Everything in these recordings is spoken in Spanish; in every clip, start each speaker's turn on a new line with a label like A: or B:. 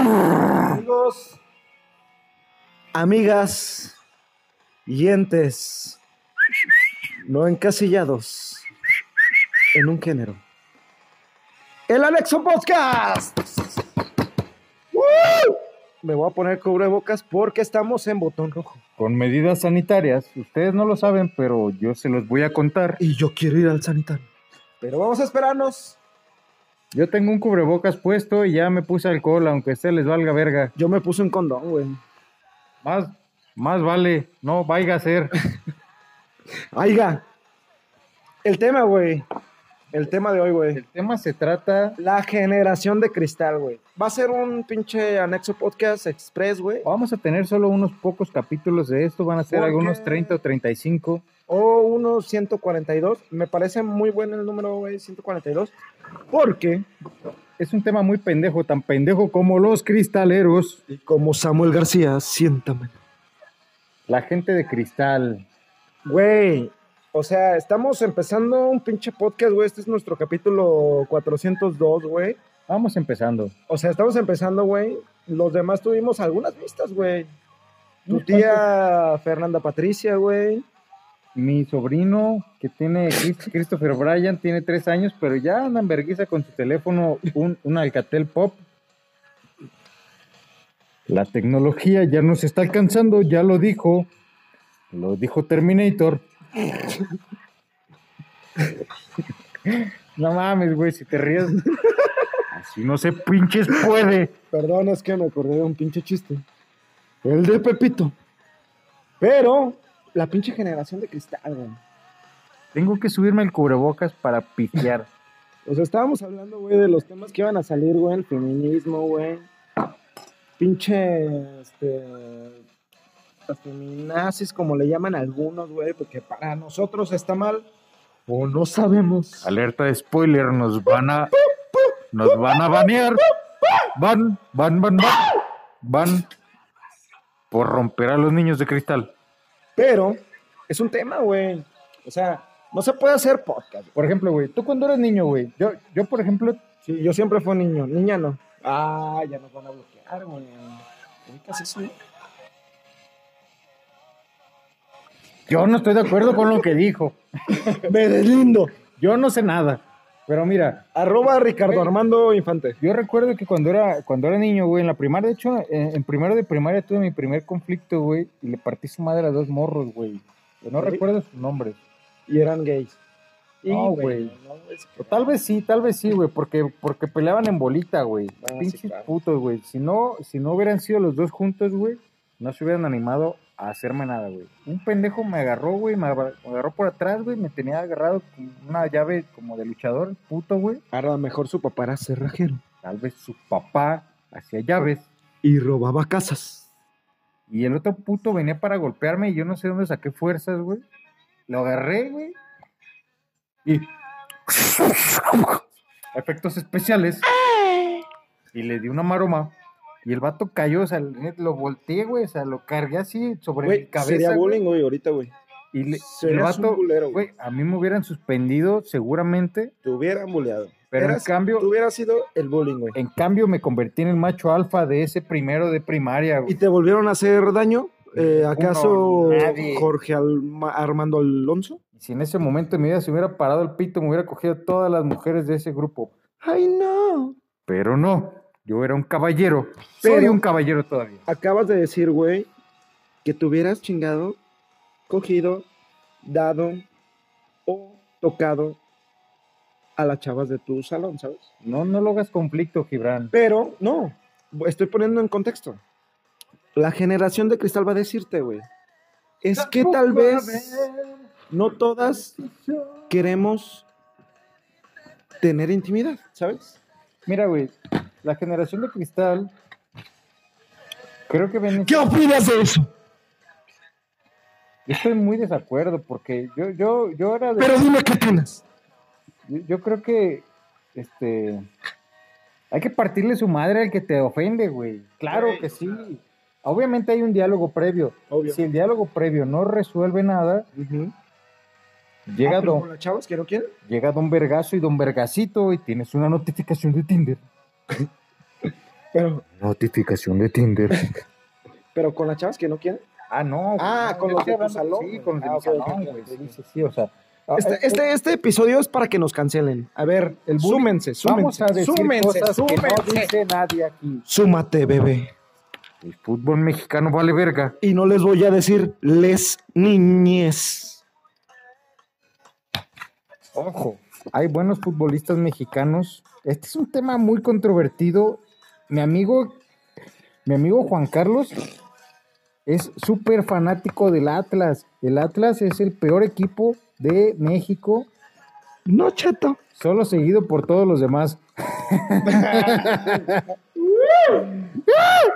A: Amigos,
B: amigas, yentes, no encasillados en un género. El Anexo Podcast. ¡Woo! Me voy a poner cubrebocas porque estamos en botón rojo.
C: Con medidas sanitarias, ustedes no lo saben, pero yo se los voy a contar.
B: Y yo quiero ir al sanitario.
A: pero vamos a esperarnos.
C: Yo tengo un cubrebocas puesto y ya me puse alcohol, aunque este les valga verga.
B: Yo me puse un condón, güey.
C: Más, más vale, no vaya a ser.
B: Oiga, el tema, güey. El tema de hoy, güey.
C: El tema se trata.
B: La generación de cristal, güey. Va a ser un pinche anexo podcast express, güey.
C: Vamos a tener solo unos pocos capítulos de esto, van a ser
B: ¿Por
C: algunos
B: qué?
C: 30 o 35.
B: O unos 142. Me parece muy bueno el número, güey, 142. Porque,
C: Es un tema muy pendejo, tan pendejo como los cristaleros,
B: como Samuel García, siéntame.
C: la gente de cristal.
B: Güey, o sea, estamos empezando un pinche podcast, güey. Este es nuestro capítulo 402, güey.
C: Vamos empezando.
B: O sea, estamos empezando, güey. Los demás tuvimos algunas vistas, güey. Tu
C: Unos
B: tía Fernanda Patricia, güey.
C: Mi sobrino, que tiene Chris- Christopher Bryan, tiene tres años, pero ya anda en vergüenza con su teléfono, un, un Alcatel Pop. La tecnología ya nos está alcanzando, ya lo dijo. Lo dijo Terminator. No mames, güey, si te ríes. Así no se pinches puede.
B: Perdón, es que me acordé de un pinche chiste. El de Pepito. Pero, la pinche generación de cristal, güey.
C: Tengo que subirme el cubrebocas para piquear.
B: O sea, estábamos hablando, güey, de los temas que iban a salir, güey, el feminismo, güey. Pinche, este... Las feminazis, como le llaman algunos, güey, porque para nosotros está mal. O no sabemos.
C: Alerta de spoiler, nos van a. Nos van a banear. Van, van, van, van. Van. Por romper a los niños de cristal.
B: Pero, es un tema, güey. O sea, no se puede hacer podcast.
C: Por ejemplo, güey, tú cuando eras niño, güey. Yo, yo, por ejemplo,
B: Sí, yo siempre fui niño. Niña no. Ah, ya nos van a bloquear, güey. ¿Ubicas eso?
C: yo no estoy de acuerdo con lo que dijo.
B: Me deslindo.
C: Yo no sé nada. Pero mira,
B: Arroba Ricardo Armando Infante.
C: yo recuerdo que cuando era, cuando era niño, güey, en la primaria, de hecho, en, en primero de primaria tuve mi primer conflicto, güey, y le partí su madre a dos morros, güey. No
B: Ok.
C: recuerdo sus nombres.
B: Y eran gays. Y,
C: No, güey.
B: no, es que-
C: O tal vez sí, tal vez sí, güey, porque, porque peleaban en bolita, güey.
B: Ah,
C: Pinches
B: sí, claro.
C: putos, güey. Si no, si no hubieran sido los dos juntos, güey, no se hubieran animado a hacerme nada, güey. Un pendejo me agarró, güey, me abra- me agarró por atrás, güey, me tenía agarrado con una llave como de luchador, el puto, güey.
B: A lo mejor su papá era cerrajero
C: Tal vez su papá hacía llaves.
B: y robaba casas.
C: Y el otro puto venía para golpearme y yo no sé dónde saqué fuerzas, güey. Lo agarré, güey. Y... Efectos especiales. Y le di una maroma. Y el vato cayó, o sea, net lo volteé, güey. O sea, lo cargué así sobre mi
B: Güey,
C: cabeza.
B: sería
C: güey.
B: bullying, güey, ahorita, güey.
C: Y le- el
B: Serías un
C: vato,
B: culero, güey.
C: güey, a mí me hubieran suspendido seguramente.
B: Te hubieran bulleado.
C: Pero en
B: Eras-
C: cambio-
B: Tú hubieras sido el bullying, güey.
C: En cambio, me convertí en el macho alfa de ese primero de primaria,
B: ¿Y
C: güey.
B: te volvieron a hacer daño? Eh, ¿Acaso
C: No, nadie.
B: Jorge Alma- Armando Alonso?
C: Si en ese momento de mi vida se hubiera parado el pito, me hubiera cogido todas las mujeres de ese grupo.
B: Ay, no.
C: Pero no, yo era un caballero. Soy
B: Pero-
C: un caballero todavía.
B: Acabas de decir, güey, que te hubieras chingado, cogido, dado o tocado a las chavas de tu salón, ¿sabes?
C: No, no logras conflicto, Gibran.
B: Pero no, estoy poniendo en contexto. La generación de cristal va a decirte, güey. Es que tal vez no todas queremos tener intimidad, ¿sabes?
C: Mira, güey, la generación de cristal. Creo que ven.
B: opinas de eso?
C: Yo estoy muy desacuerdo porque yo, yo, yo era de.
B: dime qué opinas.
C: Yo, yo creo que. Este. Hay que partirle su madre al que te ofende, güey. Claro
B: Güey,
C: que
B: o
C: sí. Obviamente hay un diálogo previo.
B: Obvio.
C: Si el diálogo previo no resuelve nada,
B: Ujú.
C: Ah, llega
B: Ah, pero
C: Don-
B: con las chavas que no quieren?
C: Llega Don Vergazo y Don Vergacito y tienes una notificación de Tinder.
B: Pero,
C: Notificación de Tinder.
B: pero con las chavas que no quieren.
C: Ah, no.
A: Ah,
C: güey,
A: con
C: yo
A: los
C: estoy
A: de tu
C: hablando-
A: salón,
C: Sí,
A: güey.
C: con los de
A: Ah, ok,
C: mi
A: ok,
C: salón,
A: ok,
C: güey.
A: sí,
C: Sí, sí, sí, o sea. ah, eh,
B: Este, este, este episodio es para que nos cancelen. A ver,
C: El bullying.
B: súmense,
C: Vamos
B: súmense.
C: a decir
A: súmense,
C: cosas que
A: súmense.
C: no dice nadie aquí.
B: Súmate, bebé.
C: El fútbol mexicano vale verga.
B: Y no les voy a decir les niñez.
C: Ojo, hay buenos futbolistas mexicanos. Este es un tema muy controvertido. Mi amigo, mi amigo Juan Carlos es súper fanático del Atlas. El Atlas es el peor equipo de México,
B: No, chato.
C: solo seguido por todos los demás.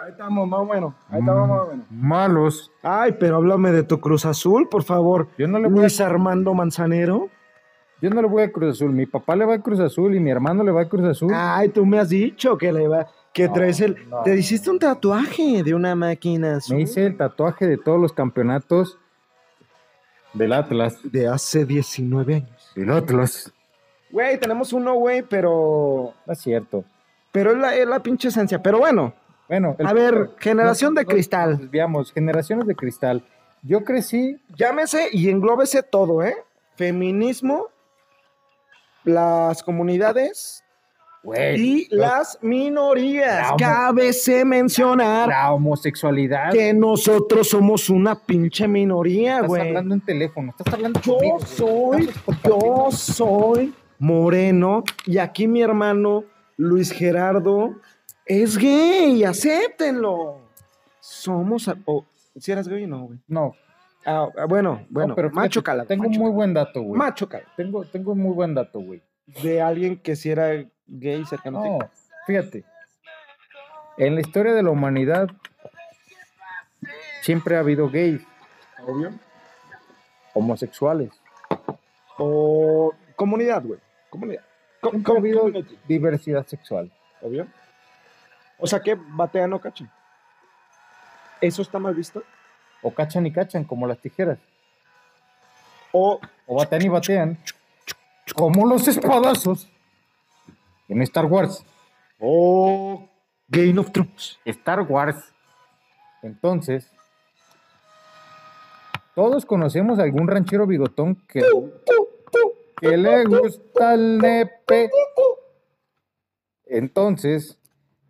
A: Ahí estamos, más o menos. Ahí estamos, más o menos.
C: Mm, Malos.
B: Ay, pero háblame de tu Cruz Azul, por favor.
C: Yo no le voy a,
B: Luis Armando Manzanero.
C: yo no le voy a Cruz Azul. Mi papá le va a Cruz Azul y mi hermano le va a Cruz Azul.
B: Ay, tú me has dicho que le va, que
C: No,
B: traes el,
C: no.
B: te hiciste un tatuaje de una máquina azul
C: Me hice el tatuaje de todos los campeonatos del Atlas.
B: de hace 19 años.
C: Del Atlas.
B: Güey, tenemos uno, güey, pero,
C: No es cierto.
B: pero es la, es la pinche esencia. Pero bueno,
C: Bueno, el-
B: a ver, generación de
C: no, no, nos
B: cristal.
C: desviamos, generaciones de cristal. Yo crecí,
B: Llámese y englóbese todo, ¿eh? Feminismo, las comunidades
C: güey,
B: y las minorías.
C: La homo-
B: Cabe se mencionar
C: la homosexualidad.
B: que nosotros somos una pinche minoría,
C: Estás
B: güey.
C: hablando en teléfono, estás hablando
B: Yo
C: conmigo, güey.
B: soy, yo soy moreno y aquí mi hermano Luis Gerardo es gay, acéptenlo. Somos, a- o si eras gay o no, güey.
C: No,
B: Ah, ah, bueno, bueno,
C: no, pero fíjate,
B: macho calado.
C: Tengo
B: macho
C: muy
B: calado,
C: buen dato, güey.
B: macho calado.
C: Tengo, tengo muy buen dato, güey.
B: De alguien que si era gay cercano. a ti.
C: No, fíjate. En la historia de la humanidad siempre ha habido gays,
A: Obvio.
C: homosexuales,
B: O comunidad, güey. Comunidad. Co-
C: Siempre
B: co-
C: ha habido-
B: community,
C: diversidad sexual.
B: obvio. O sea que batea no cacha. ¿Eso está mal visto?
C: O cachan y cachan, como las tijeras.
B: O
C: O batean y batean. Como los espadazos. En Star Wars.
B: Oh, Game of Thrones.
C: Star Wars. Entonces. Todos conocemos a algún ranchero bigotón que, que le gusta el nepe. Entonces,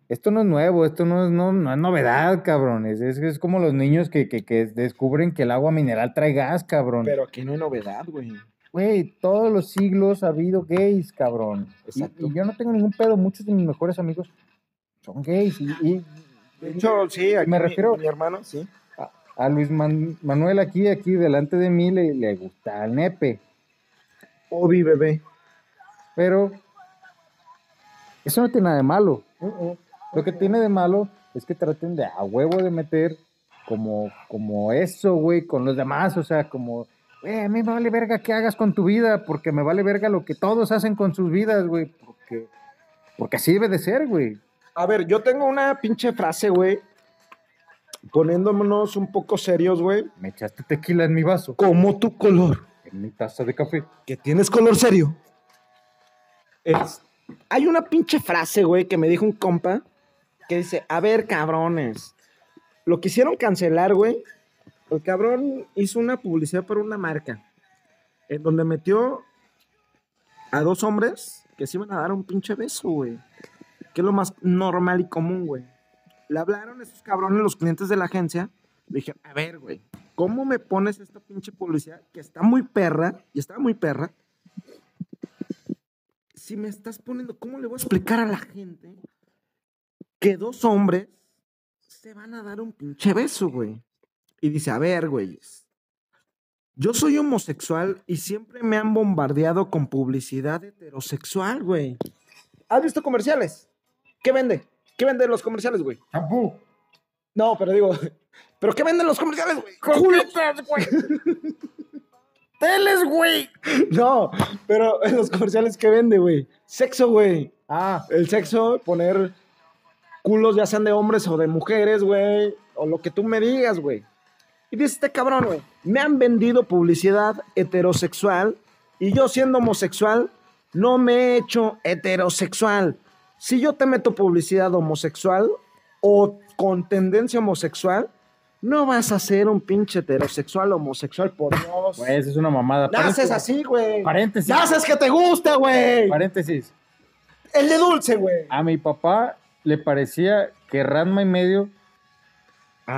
C: esto no es nuevo, esto no es, no, no es novedad, cabrones. Es, es como los niños que, que- que descubren que el agua mineral trae gas, cabrón.
B: Pero aquí no hay novedad, güey.
C: Güey, todos los siglos ha habido gays, cabrón. Y,
B: Exacto.
C: y yo no tengo ningún pedo, muchos de mis mejores amigos son gays. Y, y-
B: De hecho, sí, aquí
C: Me
B: mi-
C: refiero-
B: Mi, hermano, sí.
C: a Luis Man- Manuel aquí, aquí delante de mí, le, le gusta el nepe.
B: Obi, bebé.
C: Pero eso no tiene nada de malo.
B: Uh-uh.
C: Lo que tiene de malo es que traten de a huevo de meter como, como eso, güey, con los demás. O sea, como, güey, a mí me vale verga que hagas con tu vida, porque me vale verga lo que todos hacen con sus vidas, güey. Porque, porque así debe de ser, güey.
B: A ver, yo tengo una pinche frase, güey. Poniéndonos un poco serios, güey.
C: Me echaste tequila en mi vaso,
B: Como tu color.
C: en mi taza de café.
B: Que tienes color serio. Es- Hay una pinche frase, güey, que me dijo un compa. Que dice, a ver, cabrones. Lo quisieron cancelar, güey. El cabrón hizo una publicidad para una marca. En donde metió a dos hombres que se iban a dar un pinche beso, güey. Que es lo más normal y común, güey. Le hablaron a esos cabrones, los clientes de la agencia. Le dijeron, a ver, güey, ¿cómo me pones esta pinche publicidad que está muy perra? Y está muy perra. Si me estás poniendo, ¿cómo le voy a explicar a la gente que dos hombres se van a dar un pinche beso, güey? Y dice, a ver, güeyes, yo soy homosexual y siempre me han bombardeado con publicidad heterosexual, güey. ¿Has visto comerciales? ¿Qué vende? ¿Qué venden los comerciales, güey?
C: ¡Champú!
B: No, pero digo, ¿pero qué venden los comerciales, güey?
C: güey! ¡Teles, güey!
B: No, pero en los comerciales, ¿qué vende, güey? Sexo, güey.
C: Ah,
B: El sexo, poner culos ya sean de hombres o de mujeres, güey. O lo que tú me digas, güey. Y dice este cabrón, güey, me han vendido publicidad heterosexual y yo siendo homosexual no me he hecho heterosexual. Si yo te meto publicidad homosexual o con tendencia homosexual, no vas a ser un pinche heterosexual homosexual, por Dios.
C: Güey, eso pues, es una mamada.
B: Naces
C: Paréntesis.
B: así, güey.
C: Paréntesis.
B: Naces que te gusta, güey.
C: Paréntesis.
B: El de dulce, güey.
C: A mi papá le parecía que Ranma y medio,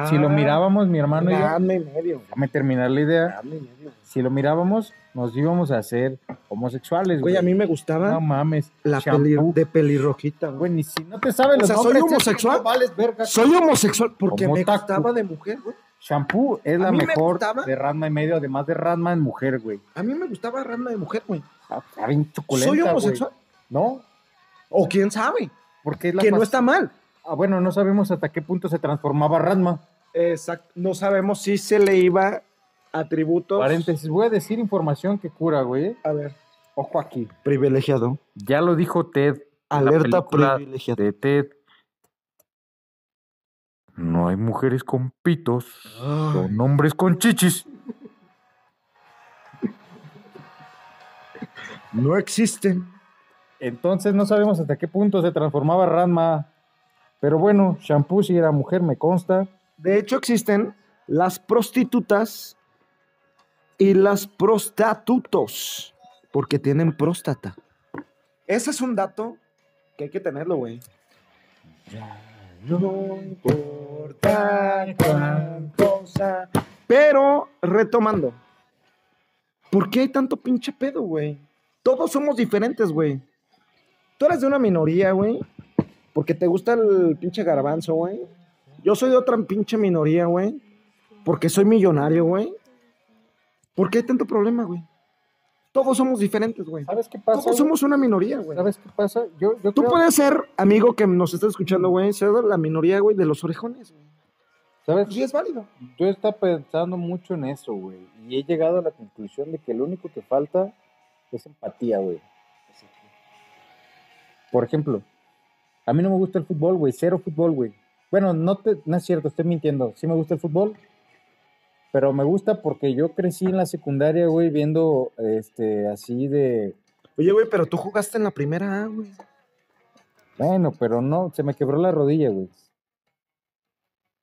C: si
B: Ah.
C: lo mirábamos, mi hermano y yo,
B: Ranma y medio. güey.
C: déjame terminar la idea,
B: Ranma y medio, güey.
C: si lo mirábamos, nos íbamos a hacer homosexuales, güey.
B: Güey, a mí me gustaba
C: No mames.
B: la
C: shampoo.
B: peli de pelirrojita, güey.
C: Güey, ni si no te sabes
B: O
C: los
B: sea, soy
C: nombres,
B: homosexual.
C: vales verga.
B: Soy homosexual porque
C: Como
B: me
C: otaku.
B: gustaba de mujer, güey.
C: Shampoo es
B: A
C: la
B: mí me
C: mejor
B: gustaba.
C: de Ranma y medio, además de Ranma en mujer, güey.
B: A mí me gustaba Ranma de mujer, güey.
C: Ah, Está bien chocolate.
B: Soy homosexual.
C: No,
B: O quién sabe,
C: porque es la
B: que no
C: pas-
B: está mal.
C: Ah, bueno, no sabemos hasta qué punto se transformaba Ranma.
B: Exacto. No sabemos si se le iba atributos.
C: Paréntesis, voy a decir información que cura, güey.
B: A ver.
C: Ojo aquí.
B: Privilegiado.
C: Ya lo dijo Ted
B: Alerta
C: película
B: privilegiada.
C: de Ted. No hay mujeres con pitos,
B: Ah,
C: son hombres con chichis.
B: No existen.
C: Entonces no sabemos hasta qué punto se transformaba Ranma. Pero bueno, Shampoo si era mujer, me consta.
B: De hecho, existen las prostitutas y las prostatutos, porque tienen próstata. Ese es un dato que hay que tenerlo, güey. No importa gran cosa. Pero, retomando, ¿por qué hay tanto pinche pedo, güey? Todos somos diferentes, güey. Tú eres de una minoría, güey, porque te gusta el pinche garbanzo, güey. Yo soy de otra pinche minoría, güey. Porque soy millonario, güey. ¿Por qué hay tanto problema, güey? Todos somos diferentes, güey.
C: ¿Sabes qué pasa?
B: Todos
C: güey?
B: somos una minoría, güey.
C: ¿Sabes qué pasa? Yo, yo
B: Tú
C: creo-
B: puedes ser, amigo que nos estás escuchando, güey, ser de la minoría, güey, de los orejones, güey.
C: ¿sabes?
B: Y es válido.
C: Yo he estado pensando mucho en eso, güey. Y he llegado a la conclusión de que lo único que falta es empatía, güey. Por ejemplo, a mí no me gusta el fútbol, güey. Cero fútbol, güey. Bueno, no, te, no es cierto, estoy mintiendo. Sí me gusta el fútbol. Pero me gusta porque yo crecí en la secundaria, güey, viendo este, así de.
B: Oye, güey, pero tú jugaste en la primera A, güey.
C: Bueno, pero no, se me quebró la rodilla, güey.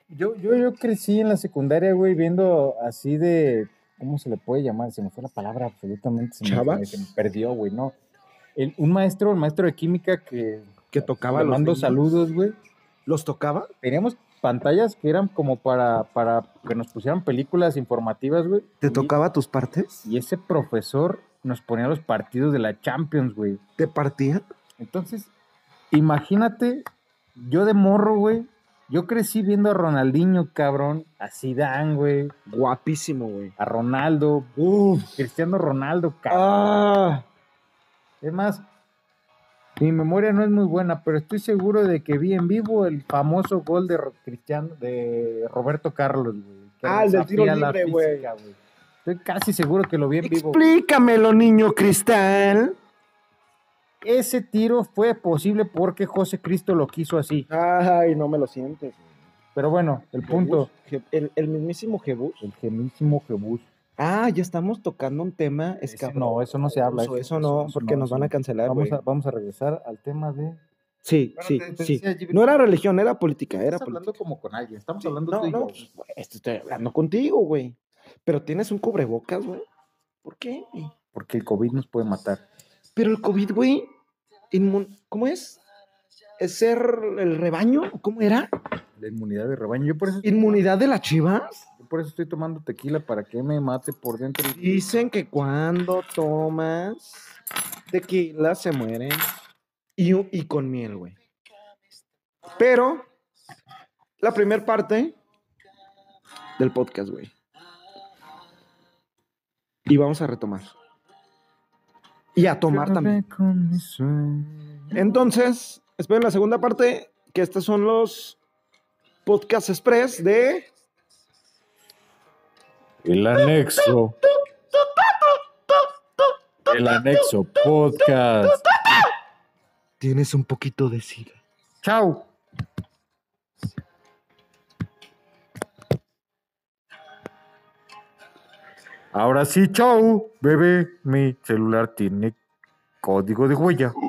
C: Yo, yo, yo crecí en la secundaria, güey, viendo así de. ¿Cómo se le puede llamar? Se me fue la palabra absolutamente. Se me, se me-
B: ¿Chavas?
C: se me perdió, güey, no. El- un maestro, el maestro de química que.
B: Que tocaba a
C: le
B: los
C: mando
B: niños.
C: saludos, güey.
B: ¿Los tocaba?
C: Teníamos pantallas que eran como para, para que nos pusieran películas informativas, güey.
B: ¿Te
C: Y-
B: tocaba tus partes?
C: Y ese profesor nos ponía los partidos de la Champions, güey.
B: ¿Te partía?
C: Entonces, imagínate, yo de morro, güey, yo crecí viendo a Ronaldinho, cabrón, a Zidane, güey,
B: Guapísimo, güey.
C: a Ronaldo,
B: Uf.
C: Cristiano Ronaldo, cabrón.
B: Ah.
C: Es más, mi memoria no es muy buena, pero estoy seguro de que vi en vivo el famoso gol de Ro- Cristiano, de Roberto Carlos, güey. que
B: Ah, el del tiro
C: desafía la
B: libre, güey.
C: física, güey. Estoy casi seguro que lo vi en vivo.
B: Explícamelo, niño cristal.
C: Ese tiro fue posible porque José Cristo lo quiso así.
B: Ay, no me lo sientes.
C: Pero bueno, el punto.
B: Jebus, Je- El, el mismísimo Jebus.
C: El gemísimo Jebus.
B: Ah, ya estamos tocando un tema
C: Ese
B: escabroso.
C: no, eso no se habla,
B: Eso,
C: eso-
B: eso no,
C: eso
B: porque
C: no,
B: nos
C: eso
B: van a
C: no.
B: cancelar,
C: Vamos
B: güey.
C: a, vamos a regresar al tema de.
B: Sí,
C: Bueno,
B: sí,
C: te- te
B: sí.
C: decía, Jimmy,
B: No era religión, era política, era
C: Estás hablando
B: política.
C: como con alguien. Estamos
B: Sí,
C: hablando tú
B: no,
C: y
B: no,
C: yo.
B: pues, güey, esto estoy hablando contigo, güey. Pero tienes un cubrebocas, güey. ¿Por qué? güey?
C: Porque el COVID nos puede matar.
B: Pero el COVID, güey, inmun- ¿cómo es? ¿Es ser el rebaño? ¿Cómo era?
C: La inmunidad de rebaño. Yo por eso,
B: ¿Inmunidad de las chivas?
C: yo por eso estoy tomando tequila para que me mate por dentro.
B: Dicen que cuando tomas tequila se mueren. Y, u- y con miel, güey. Pero la primera parte del podcast, güey. Y vamos a retomar. Y a tomar también.
C: Con mi sueño.
B: Entonces, esperen la segunda parte, que estos son los podcast express de...
D: El anexo. El anexo podcast.
B: Tienes un poquito de sida.
C: Chao.
D: Ahora sí, chau, bebé. Mi celular tiene código de huella.